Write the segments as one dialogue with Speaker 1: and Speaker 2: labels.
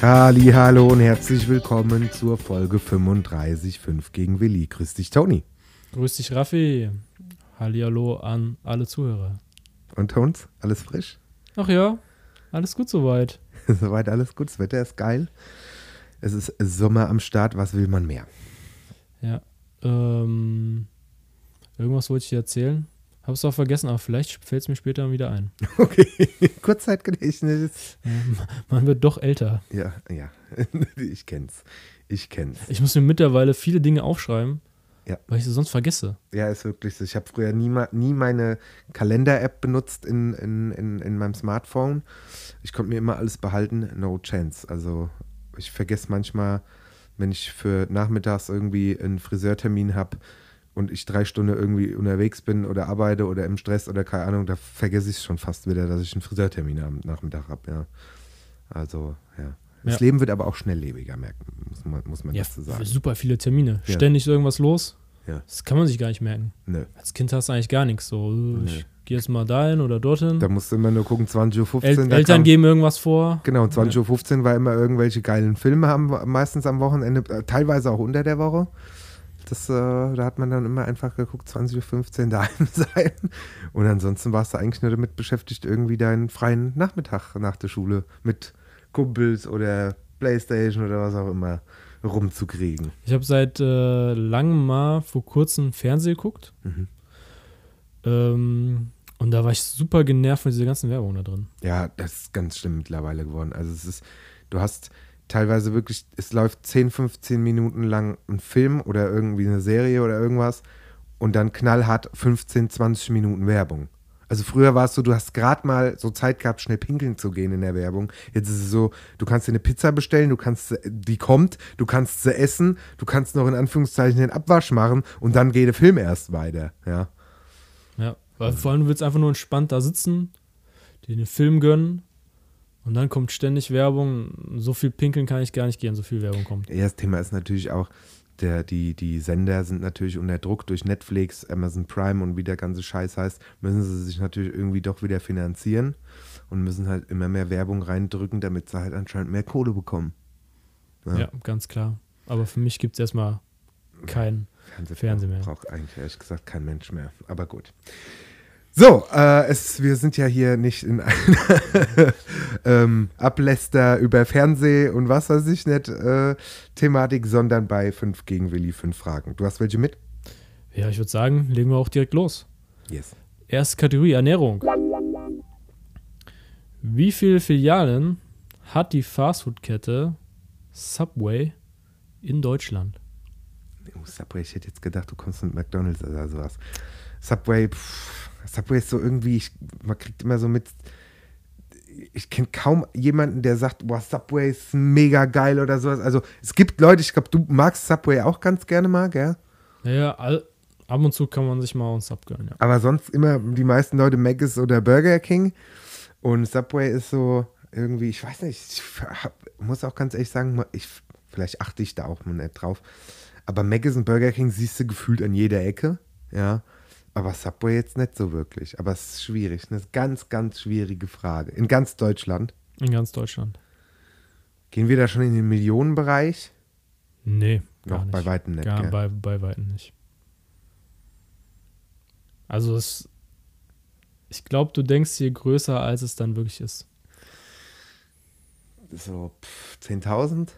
Speaker 1: Halli, hallo und herzlich willkommen zur Folge 35 5 gegen Willi. Grüß dich, Toni.
Speaker 2: Grüß dich, Raffi. Hallihallo an alle Zuhörer.
Speaker 1: Und Tons, alles frisch?
Speaker 2: Ach ja, alles gut soweit.
Speaker 1: Soweit alles gut, das Wetter ist geil. Es ist Sommer am Start, was will man mehr?
Speaker 2: Ja. Ähm, irgendwas wollte ich dir erzählen. Hab's auch vergessen, aber vielleicht fällt es mir später wieder ein.
Speaker 1: Okay, Kurzzeitgedächtnis.
Speaker 2: Ähm, Man wird doch älter.
Speaker 1: Ja, ja, ich kenn's. Ich kenn's.
Speaker 2: Ich muss mir mittlerweile viele Dinge aufschreiben,
Speaker 1: Ja.
Speaker 2: weil ich sie sonst vergesse.
Speaker 1: Ja, ist wirklich so. Ich habe früher nie, ma- nie meine Kalender-App benutzt in, in, in, in meinem Smartphone. Ich konnte mir immer alles behalten. No chance. Also ich vergesse manchmal, wenn ich für nachmittags irgendwie einen Friseurtermin habe und ich drei Stunden irgendwie unterwegs bin oder arbeite oder im Stress oder keine Ahnung, da vergesse ich schon fast wieder, dass ich einen Friseurtermin am Nachmittag habe. Ja. Also, ja. Das
Speaker 2: Ja.
Speaker 1: Leben wird aber auch schnelllebiger, merken, muss man, muss man
Speaker 2: Ja,
Speaker 1: dazu sagen.
Speaker 2: super viele Termine.
Speaker 1: Ja.
Speaker 2: Ständig irgendwas los.
Speaker 1: Ja.
Speaker 2: Das kann man sich gar nicht merken.
Speaker 1: Nö.
Speaker 2: Als Kind hast du eigentlich gar nichts. So, äh, ich gehe jetzt mal dahin oder dorthin.
Speaker 1: Da musst du immer nur gucken, 20.15 Uhr.
Speaker 2: El
Speaker 1: da
Speaker 2: Eltern
Speaker 1: kam-
Speaker 2: geben irgendwas vor.
Speaker 1: Genau, 20.15 Uhr war immer irgendwelche geilen Filme am, meistens am Wochenende, äh, teilweise auch unter der Woche. Das, äh, da hat man dann immer einfach geguckt, 20.15 Uhr daheim sein. Und ansonsten warst du eigentlich nur damit beschäftigt, irgendwie deinen freien Nachmittag nach der Schule mit Kumpels oder Playstation oder was auch immer rumzukriegen.
Speaker 2: Ich habe seit äh, langem mal vor kurzem Fernsehen geguckt. Ähm, und da war ich super genervt von dieser ganzen Werbung da drin.
Speaker 1: Ja, das ist ganz schlimm mittlerweile geworden. Also es ist, du hast teilweise wirklich, es läuft 10, 15 Minuten lang ein Film oder irgendwie eine Serie oder irgendwas und dann knallhart 15, 20 Minuten Werbung. Also früher war es so, du hast gerade mal so Zeit gehabt, schnell pinkeln zu gehen in der Werbung. Jetzt ist es so, du kannst dir eine Pizza bestellen, du kannst, sie- die kommt, du kannst sie essen, du kannst noch in Anführungszeichen den Abwasch machen und dann geht der Film erst weiter. Ja,
Speaker 2: Ja. Weil vor allem du willst einfach nur entspannt da sitzen, dir den Film gönnen und dann kommt ständig Werbung. So viel pinkeln kann ich gar nicht gehen, so viel Werbung kommt.
Speaker 1: Ja, das Thema ist natürlich auch, der, die, die Sender sind natürlich unter Druck durch Netflix, Amazon Prime und wie der ganze Scheiß heißt, müssen sie sich natürlich irgendwie doch wieder finanzieren und müssen halt immer mehr Werbung reindrücken, damit sie halt anscheinend mehr Kohle bekommen.
Speaker 2: Ja, ganz klar. Aber für mich gibt es erstmal keinen. Fernsehen mehr.
Speaker 1: Braucht eigentlich ehrlich gesagt kein Mensch mehr. Aber gut. So, äh, es, wir sind ja hier nicht in einer ähm, Abläster über Fernseh und was weiß ich nicht äh, Thematik, sondern bei 5 gegen Willi 5 Fragen. Du hast welche mit?
Speaker 2: Ja, ich würde sagen, legen wir auch direkt los.
Speaker 1: Yes.
Speaker 2: Erste Kategorie Ernährung. Wie viele Filialen hat die Fastfood-Kette Subway in Deutschland?
Speaker 1: Oh, Subway, ich hätte jetzt gedacht, du kommst mit McDonalds oder sowas. Subway, pff, Subway ist so irgendwie, ich, man kriegt immer so mit. Ich kenne kaum jemanden, der sagt, boah, Subway ist mega geil oder sowas. Also es gibt Leute, ich glaube, du magst Subway auch ganz gerne mal, gell?
Speaker 2: Naja, all, ab und zu kann man sich mal einen Sub gönnen, ja.
Speaker 1: Aber sonst immer die meisten Leute Mc's oder Burger King. Und Subway ist so irgendwie, ich weiß nicht, ich hab, muss auch ganz ehrlich sagen, ich, vielleicht achte ich da auch mal nicht drauf. Aber Mc's und Burger King siehst du gefühlt an jeder Ecke. Ja. Aber Subway jetzt nicht so wirklich. Aber es ist schwierig. Eine ganz, ganz schwierige Frage. In ganz Deutschland.
Speaker 2: In ganz Deutschland.
Speaker 1: Gehen wir da schon in den Millionenbereich?
Speaker 2: Nee, gar
Speaker 1: Noch
Speaker 2: nicht.
Speaker 1: bei Weitem nicht.
Speaker 2: gar
Speaker 1: gell?
Speaker 2: bei, bei Weitem nicht. Also es, ich glaube, du denkst hier größer, als es dann wirklich ist.
Speaker 1: so pff, 10.000?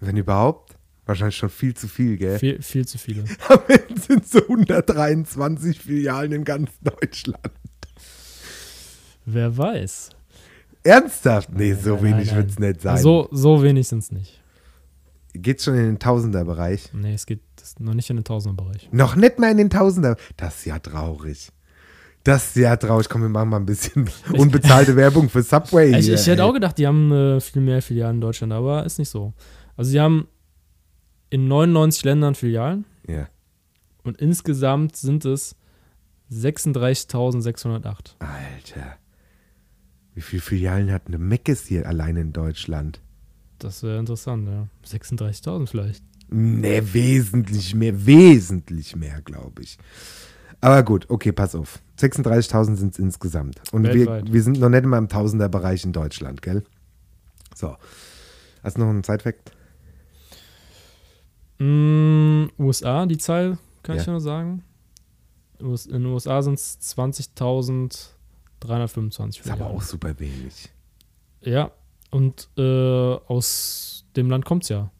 Speaker 1: Wenn überhaupt? Wahrscheinlich schon viel zu viel, gell?
Speaker 2: Viel, viel zu viele.
Speaker 1: Am Ende sind so 123 Filialen in ganz Deutschland.
Speaker 2: Wer weiß.
Speaker 1: Ernsthaft? Nee, so
Speaker 2: Nein,
Speaker 1: wenig
Speaker 2: nein. Also-
Speaker 1: wird es nicht sein.
Speaker 2: So, so wenig sind es nicht.
Speaker 1: Geht's schon in den Tausender-Bereich?
Speaker 2: Nee, es geht das ist noch nicht in den Tausenderbereich.
Speaker 1: Noch nicht mal in den Tausender. Das ist ja traurig. Das ist ja traurig. Komm, wir machen mal ein bisschen unbezahlte Werbung für Subway.
Speaker 2: Also, Ich,
Speaker 1: hier,
Speaker 2: ich hätte
Speaker 1: ey.
Speaker 2: auch gedacht, die haben äh, viel mehr Filialen in Deutschland, aber ist nicht so. Also sie haben in 99 Ländern Filialen
Speaker 1: Ja.
Speaker 2: und insgesamt sind es 36.608.
Speaker 1: Alter. Wie viele Filialen hat eine Meckes hier allein in Deutschland?
Speaker 2: Das wäre interessant, ja. 36.000 vielleicht.
Speaker 1: Ne, wesentlich mehr, wesentlich mehr, glaube ich. Aber gut, okay, pass auf. 36.000 sind es insgesamt. Und wir,
Speaker 2: Weltweit.
Speaker 1: wir sind noch nicht mal im Tausender-Bereich in Deutschland, gell? So. Hast du noch einen Zeitfakt?
Speaker 2: Mm, USA, die Zahl kann ich
Speaker 1: Ja.
Speaker 2: ja nur sagen. US- In den USA sind es 20.325.
Speaker 1: Ist aber
Speaker 2: Filialen.
Speaker 1: auch super wenig.
Speaker 2: Ja, und äh, aus dem Land kommt es ja.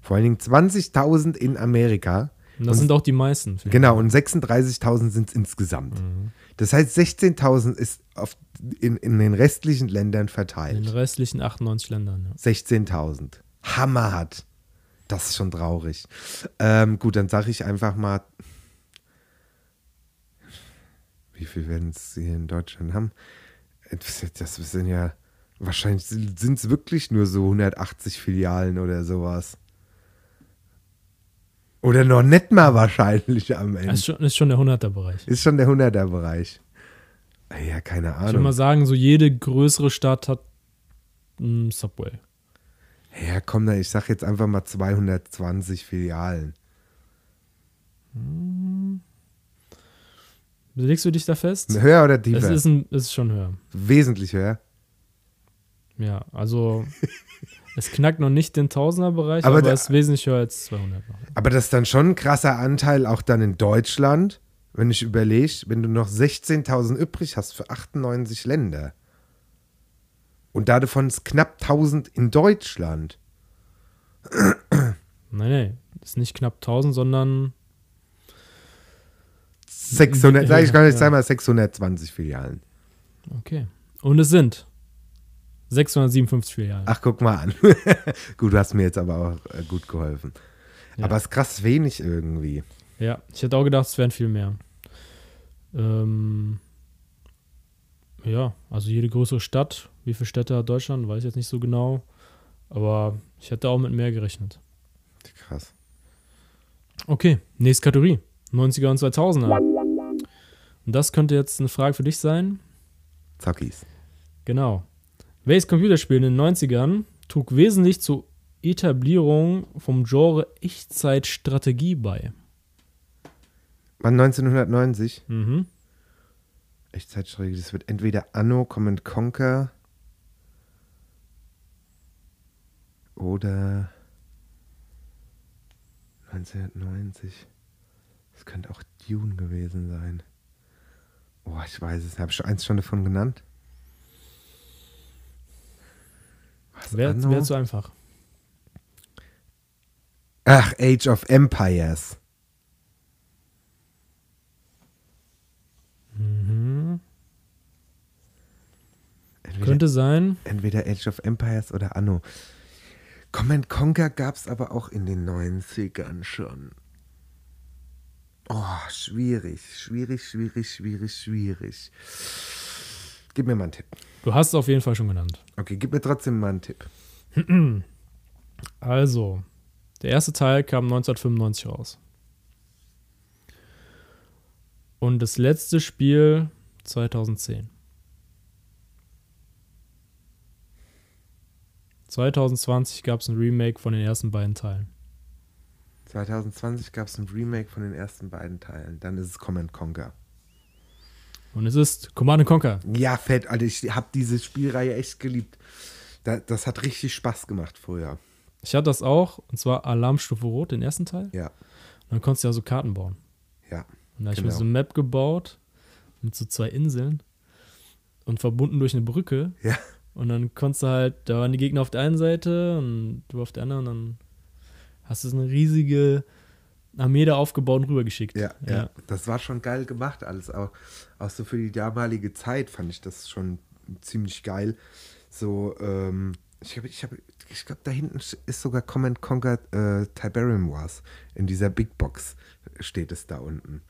Speaker 1: Vor allen Dingen 20.000 in Amerika.
Speaker 2: Und das
Speaker 1: Und-
Speaker 2: sind auch die meisten. Filialen.
Speaker 1: Genau, und 36.000 sind es insgesamt.
Speaker 2: Mhm.
Speaker 1: Das heißt, 16.000 ist auf, in, in den restlichen Ländern
Speaker 2: In
Speaker 1: verteilt.
Speaker 2: den restlichen 98 Ländern. Ja.
Speaker 1: 16.000. Hammer hat. Das ist schon traurig. Ähm, gut, dann sage ich einfach mal, wie viel werden es hier in Deutschland haben? Das das sind ja, wahrscheinlich sind es wirklich nur so 180 Filialen oder sowas. Oder noch nicht mal wahrscheinlich am Ende.
Speaker 2: Das Ist, schon, ist schon der 100er-Bereich.
Speaker 1: Ist schon der 100er-Bereich. Ja, keine
Speaker 2: Ich würde
Speaker 1: Ahnung.
Speaker 2: mal sagen, so jede größere Stadt hat ein Subway.
Speaker 1: Ja, komm, na, ich sag jetzt einfach mal 220 Filialen.
Speaker 2: Legst du dich da fest?
Speaker 1: Höher oder
Speaker 2: es,
Speaker 1: tiefer?
Speaker 2: ist ein, es ist schon höher.
Speaker 1: Wesentlich höher.
Speaker 2: Ja, also es knackt noch nicht den Tausender-Bereich,
Speaker 1: Aber
Speaker 2: aber,
Speaker 1: der-
Speaker 2: es ist wesentlich höher als 200. noch.
Speaker 1: Aber das ist dann schon ein krasser Anteil auch dann in Deutschland, wenn ich überlege, wenn du noch 16.000 übrig hast für 98 Länder. Und davon ist knapp 1000 in Deutschland.
Speaker 2: Nein, nein, ist nicht knapp 1000, sondern
Speaker 1: 600, sag ich
Speaker 2: Ja,
Speaker 1: gar nicht,
Speaker 2: ja.
Speaker 1: sag mal 620 Filialen.
Speaker 2: okay. Und es sind 657 Filialen.
Speaker 1: Ach, guck mal an. gut, du hast mir jetzt aber auch äh, gut geholfen.
Speaker 2: Ja.
Speaker 1: Aber es ist krass wenig irgendwie.
Speaker 2: Ja, ich hätte auch gedacht, es wären viel mehr. Ähm, ja, also jede größere Stadt, wie viele Städte hat Deutschland, weiß ich jetzt nicht so genau. Aber ich hätte auch mit mehr gerechnet.
Speaker 1: Krass.
Speaker 2: Okay, nächste Kategorie. 90er und 2000er. Und das könnte jetzt eine Frage für dich sein.
Speaker 1: Zockies.
Speaker 2: Genau. Welches Computerspiel in den 90ern trug wesentlich zur Etablierung vom Genre Echtzeitstrategie bei?
Speaker 1: Wann 1990?
Speaker 2: Mhm.
Speaker 1: Echtzeitstrategie. Das wird entweder Anno, Command Conquer oder 1990. Das könnte auch Dune gewesen sein. Oh, ich weiß es. Habe ich schon eins schon davon genannt? Was,
Speaker 2: Wäre
Speaker 1: Anno?
Speaker 2: wär zu einfach.
Speaker 1: Ach, Age of Empires. Entweder,
Speaker 2: Könnte sein.
Speaker 1: entweder Age of Empires oder Anno. Command Conquer gab es aber auch in den 90ern schon. Oh, schwierig, schwierig, schwierig, schwierig, schwierig. Gib mir mal einen Tipp.
Speaker 2: Du hast es auf jeden Fall schon genannt.
Speaker 1: Okay, gib mir trotzdem mal einen Tipp.
Speaker 2: Also, der erste Teil kam 1995 raus. Und das letzte Spiel 2010. 2020 gab es ein Remake von den ersten beiden Teilen.
Speaker 1: 2020 gab es ein Remake von den ersten beiden Teilen. Dann ist es Command Conquer.
Speaker 2: Und es ist Command and Conquer.
Speaker 1: Ja, fett, Alter, ich habe diese Spielreihe echt geliebt. Da, das hat richtig Spaß gemacht früher.
Speaker 2: Ich hatte das auch, und zwar Alarmstufe Rot, den ersten Teil.
Speaker 1: Ja,
Speaker 2: Und dann konntest du ja so Karten bauen.
Speaker 1: ja.
Speaker 2: Und da hab ich mir
Speaker 1: Genau.
Speaker 2: so eine Map gebaut mit so zwei Inseln und verbunden durch eine Brücke.
Speaker 1: Ja.
Speaker 2: Und dann konntest du halt, da waren die Gegner auf der einen Seite und du auf der anderen, dann hast du so eine riesige Armee da aufgebaut und rübergeschickt.
Speaker 1: Ja, ja, Das war schon geil gemacht alles. Auch, auch so für die damalige Zeit fand ich das schon ziemlich geil. So, ähm, ich glaube, ich, hab- ich glaub, da hinten ist sogar Command Conquer äh, Tiberium Wars. In dieser Big Box steht es da unten.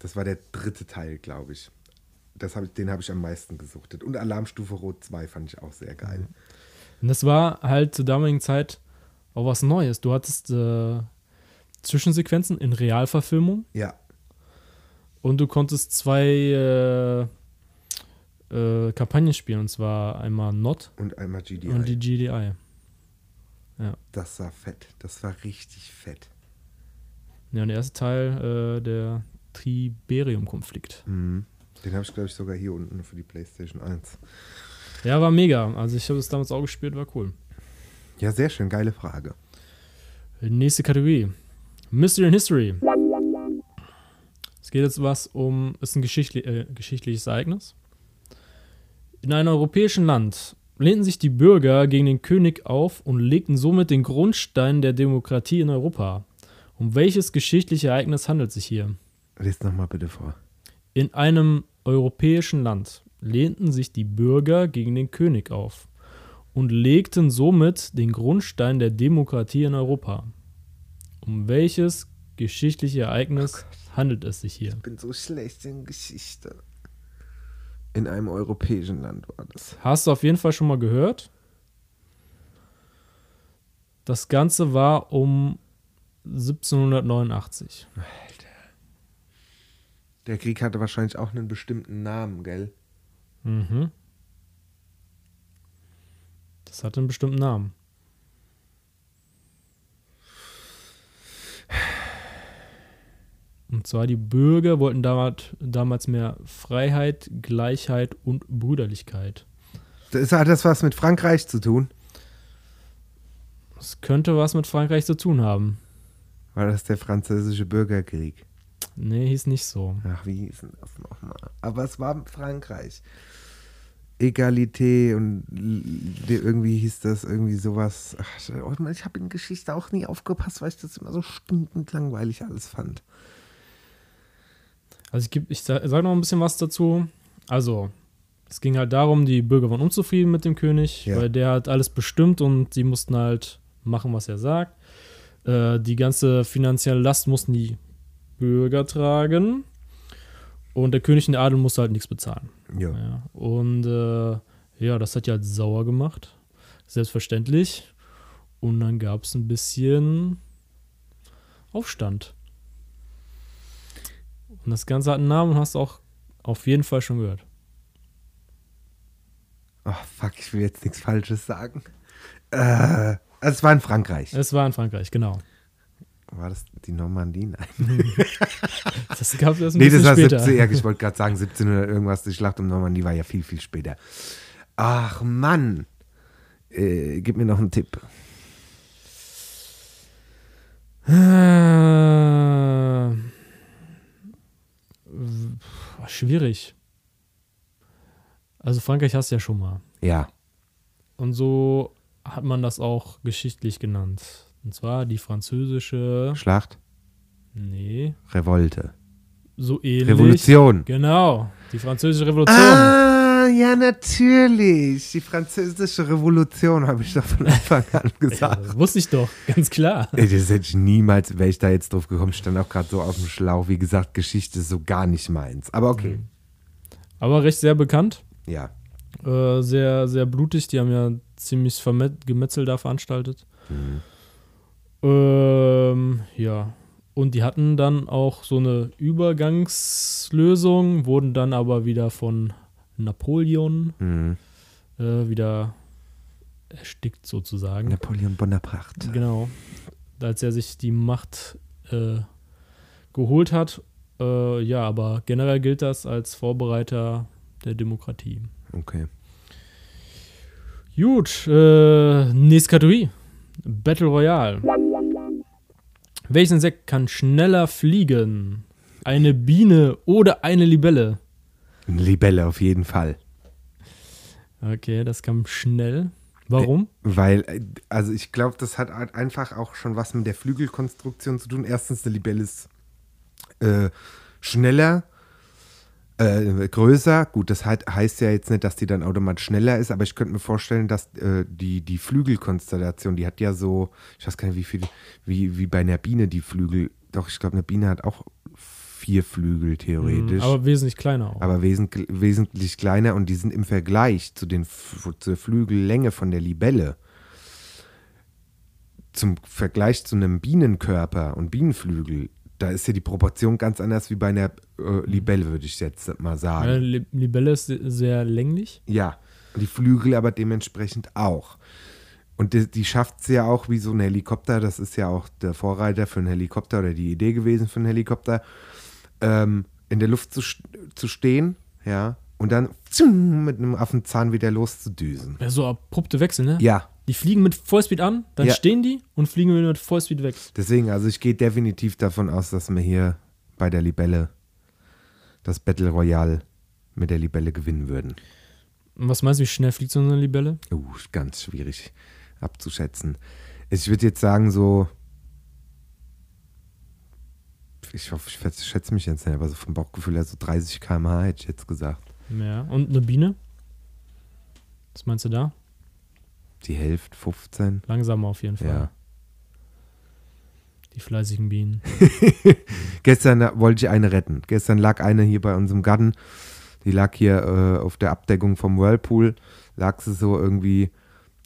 Speaker 1: Das war der dritte Teil, glaube ich. Das hab ich, den habe ich am meisten gesuchtet. Und
Speaker 2: Mhm.
Speaker 1: Alarmstufe Rot 2 fand ich auch sehr geil.
Speaker 2: Und das war halt zur damaligen Zeit Auch was Neues. Du hattest äh, Zwischensequenzen in Realverfilmung
Speaker 1: Ja.
Speaker 2: und du konntest zwei äh, äh, Kampagnen spielen. Und zwar einmal Not
Speaker 1: Und einmal GDI.
Speaker 2: und die GDI.
Speaker 1: das war fett. Das war richtig fett.
Speaker 2: Ja, und der erste Teil äh, der Triberium-Konflikt.
Speaker 1: Mhm. Den habe ich, glaube ich, sogar hier unten für die PlayStation 1.
Speaker 2: Ja, war mega. Also ich habe es damals auch gespielt, war cool.
Speaker 1: Ja, sehr schön. Geile Frage.
Speaker 2: Nächste Kategorie. Mystery and History. Es geht jetzt was um, ist ein geschichtli äh, geschichtliches Ereignis. In einem europäischen Land lehnten sich die Bürger gegen den König auf und legten somit den Grundstein der Demokratie in Europa. Um welches geschichtliche Ereignis handelt sich hier?
Speaker 1: Lies nochmal bitte vor.
Speaker 2: In einem europäischen Land lehnten sich die Bürger gegen den König auf und legten somit den Grundstein der Demokratie in Europa. Um welches geschichtliche Ereignis handelt es sich hier?
Speaker 1: bin so schlecht in Geschichte. In einem europäischen Land war das.
Speaker 2: Hast du auf jeden Fall schon mal gehört? Das Ganze war um 1789.
Speaker 1: Der Krieg hatte wahrscheinlich auch einen bestimmten Namen, gell?
Speaker 2: Mhm. Das hatte einen bestimmten Namen. Und zwar die Bürger wollten damals, damals mehr Freiheit, Gleichheit und Brüderlichkeit.
Speaker 1: Das hat das was mit Frankreich zu tun?
Speaker 2: Das könnte was mit Frankreich zu tun haben.
Speaker 1: War das der französische Bürgerkrieg?
Speaker 2: Nee, hieß nicht so.
Speaker 1: Ach, wie hieß denn das nochmal? Aber es war Frankreich. Egalité und l- irgendwie hieß das irgendwie sowas. Ach, oh Mann, ich habe in Geschichte auch nie aufgepasst, weil ich das immer so stinkend langweilig alles fand.
Speaker 2: Also ich, geb- ich sage sag noch ein bisschen was dazu. Also, es ging halt darum, die Bürger waren unzufrieden mit dem König,
Speaker 1: Ja.
Speaker 2: weil der hat alles bestimmt und die mussten halt machen, was er sagt. Äh, die ganze finanzielle Last mussten die Bürger tragen. Und der König und der Adel musste halt nichts bezahlen.
Speaker 1: Ja.
Speaker 2: Ja. Und äh, ja, das hat ja halt sauer gemacht. Selbstverständlich. Und dann gab es ein bisschen Aufstand. Und das Ganze hat einen Namen und hast auch auf jeden Fall schon gehört.
Speaker 1: Ach, Oh, fuck, ich will jetzt nichts Falsches sagen. Äh, es war in Frankreich.
Speaker 2: Es war in Frankreich, genau.
Speaker 1: War das die Normandie? Nein.
Speaker 2: Das gab es erst ein
Speaker 1: Nee,
Speaker 2: bisschen
Speaker 1: das war
Speaker 2: später.
Speaker 1: 17, ja, ich wollte gerade sagen 17 oder irgendwas. Die Schlacht um Normandie war ja viel, viel später. Ach, Mann. Äh, gib mir noch einen Tipp.
Speaker 2: Äh, w- boah, schwierig. Also Frankreich hast du ja schon mal.
Speaker 1: Ja.
Speaker 2: Und so hat man das auch geschichtlich genannt. Und zwar die französische.
Speaker 1: Schlacht,
Speaker 2: Nee,
Speaker 1: Revolte,
Speaker 2: so ähnlich.
Speaker 1: Revolution.
Speaker 2: Genau, die französische Revolution.
Speaker 1: Ah, ja, natürlich. Die französische Revolution habe ich doch von Anfang an gesagt.
Speaker 2: Das wusste ich doch, ganz klar.
Speaker 1: Ey, das hätte ich niemals, wäre ich da jetzt drauf gekommen. Ich stand auch gerade so auf dem Schlauch. Wie gesagt, Geschichte ist so gar nicht meins. Aber okay.
Speaker 2: Aber recht sehr bekannt.
Speaker 1: Ja.
Speaker 2: Äh, sehr, sehr blutig. Die haben ja ziemlich Vermet Gemetzel da veranstaltet.
Speaker 1: Mhm.
Speaker 2: Ähm, ja. Und die hatten dann auch so eine Übergangslösung, wurden dann aber wieder von Napoleon
Speaker 1: Mhm.
Speaker 2: äh, wieder erstickt sozusagen.
Speaker 1: Napoleon Bonaparte.
Speaker 2: Genau. Als er sich die Macht äh, geholt hat. Äh, ja, aber generell gilt das als Vorbereiter der Demokratie.
Speaker 1: Okay.
Speaker 2: Gut, äh, nächste Kategorie. Battle Royale. Welches Insekt kann schneller fliegen? Eine Biene oder eine Libelle?
Speaker 1: Eine Libelle auf jeden Fall.
Speaker 2: Okay, das kam schnell. Warum?
Speaker 1: Weil, äh, also ich glaube, das hat halt einfach auch schon was mit der Flügelkonstruktion zu tun. Erstens, eine Libelle ist äh, schneller, äh, größer. Gut, das hat, heißt ja jetzt nicht, dass die dann automatisch schneller ist, aber ich könnte mir vorstellen, dass äh, die, die Flügelkonstellation, die hat ja so, ich weiß gar nicht, wie viel, wie, wie bei einer Biene die Flügel. Doch, ich glaube, eine Biene hat auch vier Flügel theoretisch.
Speaker 2: Mhm, Aber wesentlich kleiner auch.
Speaker 1: aber wesentlich, wesentlich kleiner und die sind im Vergleich zu den F- zur Flügellänge von der Libelle zum Vergleich zu einem Bienenkörper und Bienenflügel, da ist ja die Proportion ganz anders wie bei einer äh, Libelle, würde ich jetzt mal sagen.
Speaker 2: Meine Li- Libelle ist se- sehr länglich.
Speaker 1: Ja, die Flügel aber dementsprechend auch. Und die, die schafft es ja auch wie so ein Helikopter, das ist ja auch der Vorreiter für einen Helikopter oder die Idee gewesen für einen Helikopter, ähm, in der Luft zu, sch- zu stehen, ja, und dann zung mit einem Affenzahn wieder loszudüsen.
Speaker 2: Ja, so abrupte Wechsel, ne?
Speaker 1: Ja,
Speaker 2: Die fliegen mit Vollspeed an, dann
Speaker 1: Ja.
Speaker 2: stehen die und fliegen wieder mit Vollspeed weg.
Speaker 1: deswegen, also ich gehe definitiv davon aus, dass wir hier bei der Libelle das Battle Royale mit der Libelle gewinnen würden.
Speaker 2: Und was meinst du, wie schnell fliegt so eine Libelle?
Speaker 1: Uh, ganz schwierig abzuschätzen. Ich würde jetzt sagen, so. Ich hoffe, ich schätze- schätze mich jetzt nicht, aber so vom Bauchgefühl her so 30 km/h hätte ich jetzt gesagt.
Speaker 2: Ja. Und eine Biene? Was meinst du da?
Speaker 1: Die Hälfte, 15.
Speaker 2: Langsamer auf jeden Fall.
Speaker 1: Ja.
Speaker 2: Die fleißigen Bienen.
Speaker 1: Gestern da wollte ich eine retten. Gestern lag eine hier bei uns im Garten. Die lag hier äh, auf der Abdeckung vom Whirlpool. Lag sie so irgendwie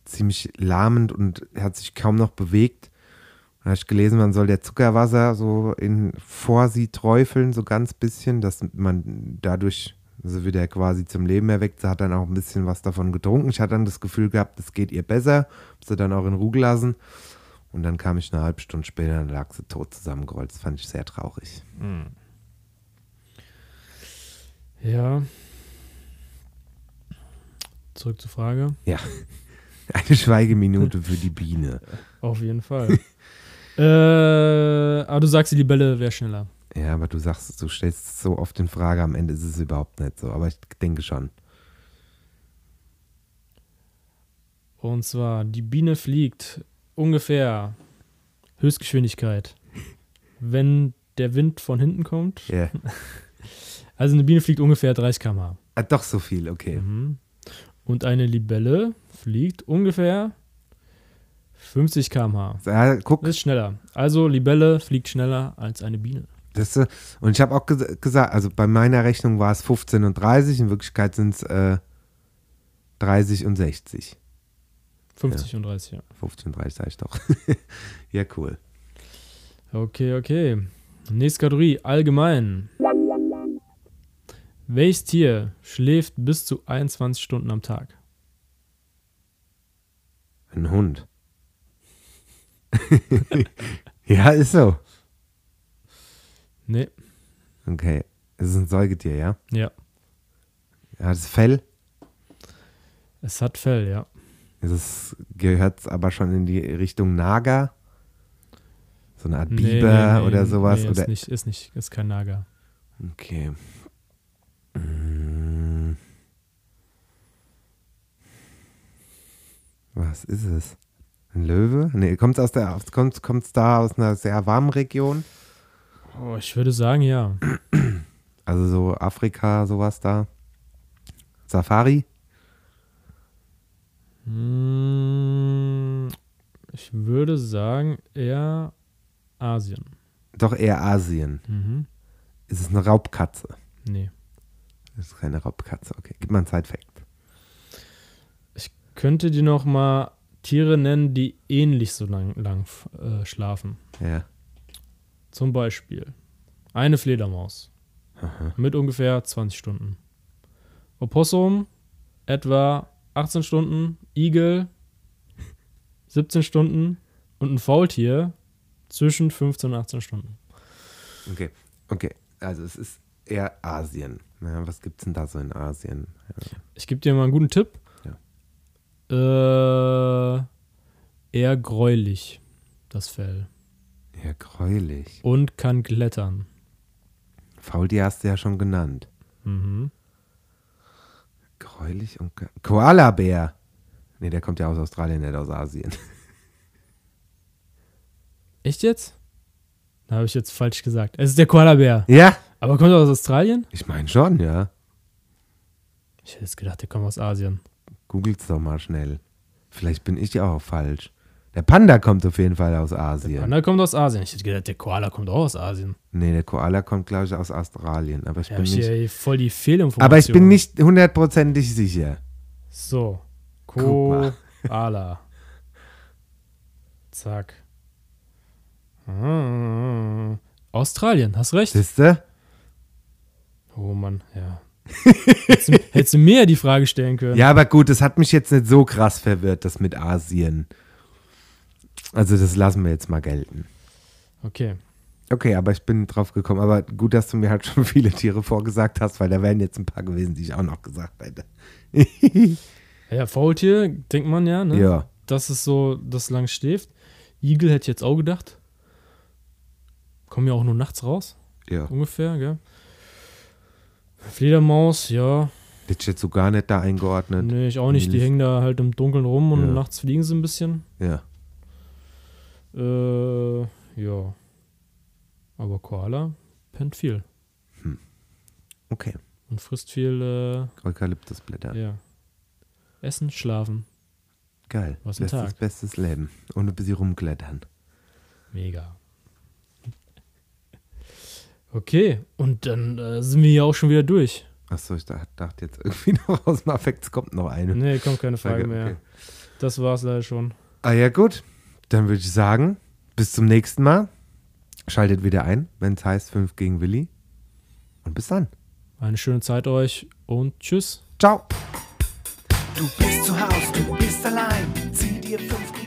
Speaker 1: ziemlich lahmend und hat sich kaum noch bewegt. Da habe ich gelesen, man soll der Zuckerwasser so in, vor sie träufeln, so ganz bisschen, dass man dadurch sie wieder quasi zum Leben erweckt. Sie hat dann auch ein bisschen was davon getrunken. Ich hatte dann das Gefühl gehabt, es geht ihr besser. Hab sie dann auch in Ruhe gelassen. Und dann kam ich eine halbe Stunde später und lag sie tot zusammengerollt. Das fand ich sehr traurig.
Speaker 2: Ja. Zurück zur Frage.
Speaker 1: Ja. Eine Schweigeminute für die Biene.
Speaker 2: Auf jeden Fall. äh, aber du sagst, die Libelle wäre schneller.
Speaker 1: Ja, aber du sagst, es, du stellst es so oft in Frage, am Ende ist es überhaupt nicht so. Aber ich denke schon.
Speaker 2: Und zwar, die Biene fliegt ungefähr Höchstgeschwindigkeit, wenn der Wind von hinten kommt.
Speaker 1: Ja.
Speaker 2: Also eine Biene fliegt ungefähr 30 km/h.
Speaker 1: Ah, doch so viel, okay.
Speaker 2: Mhm. Und eine Libelle fliegt ungefähr 50 km/h.
Speaker 1: So, Ja, guck,
Speaker 2: Das ist schneller. Also Libelle fliegt schneller als eine Biene.
Speaker 1: das, äh, und ich habe auch ges gesagt, also bei meiner Rechnung war es 15 und 30, in Wirklichkeit sind es äh, 30 und 60.
Speaker 2: 50 und 30, ja.
Speaker 1: 15 und 30 sage ich doch. ja, cool.
Speaker 2: Okay, okay. Nächste Kategorie, allgemein. Welches Tier schläft bis zu 21 Stunden am Tag?
Speaker 1: Ein Hund. ja, ist so.
Speaker 2: Nee,
Speaker 1: Okay. Es ist ein Säugetier, ja?
Speaker 2: ja.
Speaker 1: Hat es Fell? Es
Speaker 2: Es hat Fell, ja.
Speaker 1: ist, gehört aber schon in die Richtung Nager? So eine Art
Speaker 2: Nee,
Speaker 1: Biber
Speaker 2: nee, nee,
Speaker 1: oder sowas?
Speaker 2: Nee,
Speaker 1: oder,
Speaker 2: ist, nicht, ist nicht, ist kein Nager.
Speaker 1: Okay. Mm. Was ist es? Ein Löwe? Nee, kommt es kommt, kommt's da aus einer sehr warmen Region?
Speaker 2: Oh, ich würde sagen, ja.
Speaker 1: Also so Afrika, sowas da? Safari?
Speaker 2: Mm, Ich würde sagen, eher Asien.
Speaker 1: Doch eher Asien.
Speaker 2: Mhm.
Speaker 1: Ist es eine Raubkatze?
Speaker 2: Nee.
Speaker 1: Das ist keine Raubkatze, okay. Gib mal einen Side-Fact.
Speaker 2: Könnte dir noch mal Tiere nennen, die ähnlich so lang, lang äh, schlafen?
Speaker 1: Ja.
Speaker 2: Zum Beispiel eine Fledermaus mit ungefähr 20 Stunden. Opossum etwa 18 Stunden, Igel 17 Stunden und ein Faultier zwischen 15 und 18 Stunden.
Speaker 1: Okay, okay. Also es ist eher Asien. Ja, was gibt's denn da so in Asien? Ja.
Speaker 2: Ich gebe dir mal einen guten Tipp. Äh, eher gräulich, das Fell.
Speaker 1: Eher gräulich.
Speaker 2: Und kann klettern.
Speaker 1: Faultier hast du ja schon genannt.
Speaker 2: Mhm.
Speaker 1: Gräulich und... ge- Koalabär. Nee, der kommt ja aus Australien, nicht aus Asien.
Speaker 2: Echt jetzt? Da habe ich jetzt falsch gesagt. Es ist der Koalabär.
Speaker 1: ja,
Speaker 2: Aber kommt er aus Australien?
Speaker 1: ich meine schon, ja.
Speaker 2: Ich hätte jetzt gedacht, der kommt aus Asien.
Speaker 1: Googles doch mal schnell. Vielleicht bin ich ja auch falsch. Der Panda kommt auf jeden Fall aus
Speaker 2: Der
Speaker 1: Asien.
Speaker 2: Panda kommt aus Asien. Ich hätte gedacht, der Koala kommt auch aus Asien.
Speaker 1: nee, der Koala kommt, glaube ich, aus Australien. Aber ich,
Speaker 2: Da
Speaker 1: bin,
Speaker 2: habe ich
Speaker 1: nicht,
Speaker 2: hier voll die Fehlinformation.
Speaker 1: aber ich bin nicht hundertprozentig sicher.
Speaker 2: So.
Speaker 1: Guck mal.
Speaker 2: Koala. Zack. Ah, Australien, hast recht.
Speaker 1: Siehst du?
Speaker 2: Oh Mann, ja. hättest, du, hättest du mir ja die Frage stellen können.
Speaker 1: Ja, aber gut, das hat mich jetzt nicht so krass verwirrt, das mit Asien. Also das lassen wir jetzt mal gelten.
Speaker 2: Okay.
Speaker 1: Okay, aber ich bin drauf gekommen. Aber gut, dass du mir halt schon viele Tiere vorgesagt hast, weil da wären jetzt ein paar gewesen, die ich auch noch gesagt hätte.
Speaker 2: Ja, Faultier, denkt man ja, ne?
Speaker 1: Ja.
Speaker 2: Dass es so, das lang schläft. Igel hätte ich jetzt auch gedacht. Kommen ja auch nur nachts raus,
Speaker 1: Ja.
Speaker 2: ungefähr, gell? Fledermaus, ja.
Speaker 1: Hätte ich jetzt so gar nicht da eingeordnet.
Speaker 2: Nee, ich auch nicht. Die
Speaker 1: Nee.
Speaker 2: hängen da halt im Dunkeln rum und
Speaker 1: Ja.
Speaker 2: nachts fliegen sie ein bisschen.
Speaker 1: Ja.
Speaker 2: Äh, ja. Aber Koala pennt viel
Speaker 1: Okay.
Speaker 2: und frisst viel,
Speaker 1: Eukalyptusblätter.
Speaker 2: äh, ja. Essen, schlafen.
Speaker 1: Geil.
Speaker 2: Was ein
Speaker 1: bestes,
Speaker 2: Tag.
Speaker 1: bestes Leben. Ohne ein bisschen rumklettern.
Speaker 2: Mega. Okay, und dann äh, sind wir ja auch schon wieder durch.
Speaker 1: Achso, ich dach- dachte jetzt irgendwie noch aus dem Affekt, es kommt noch eine.
Speaker 2: Nee, kommt keine Frage
Speaker 1: Okay,
Speaker 2: mehr.
Speaker 1: okay.
Speaker 2: Das war's leider schon.
Speaker 1: Ah ja, gut. Dann würde ich sagen, bis zum nächsten Mal. Schaltet wieder ein, wenn es heißt 5 gegen Willi. Und bis dann.
Speaker 2: Eine schöne Zeit euch und tschüss.
Speaker 1: Ciao.
Speaker 3: Du bist zu Haus, du bist allein. Zieh dir fünf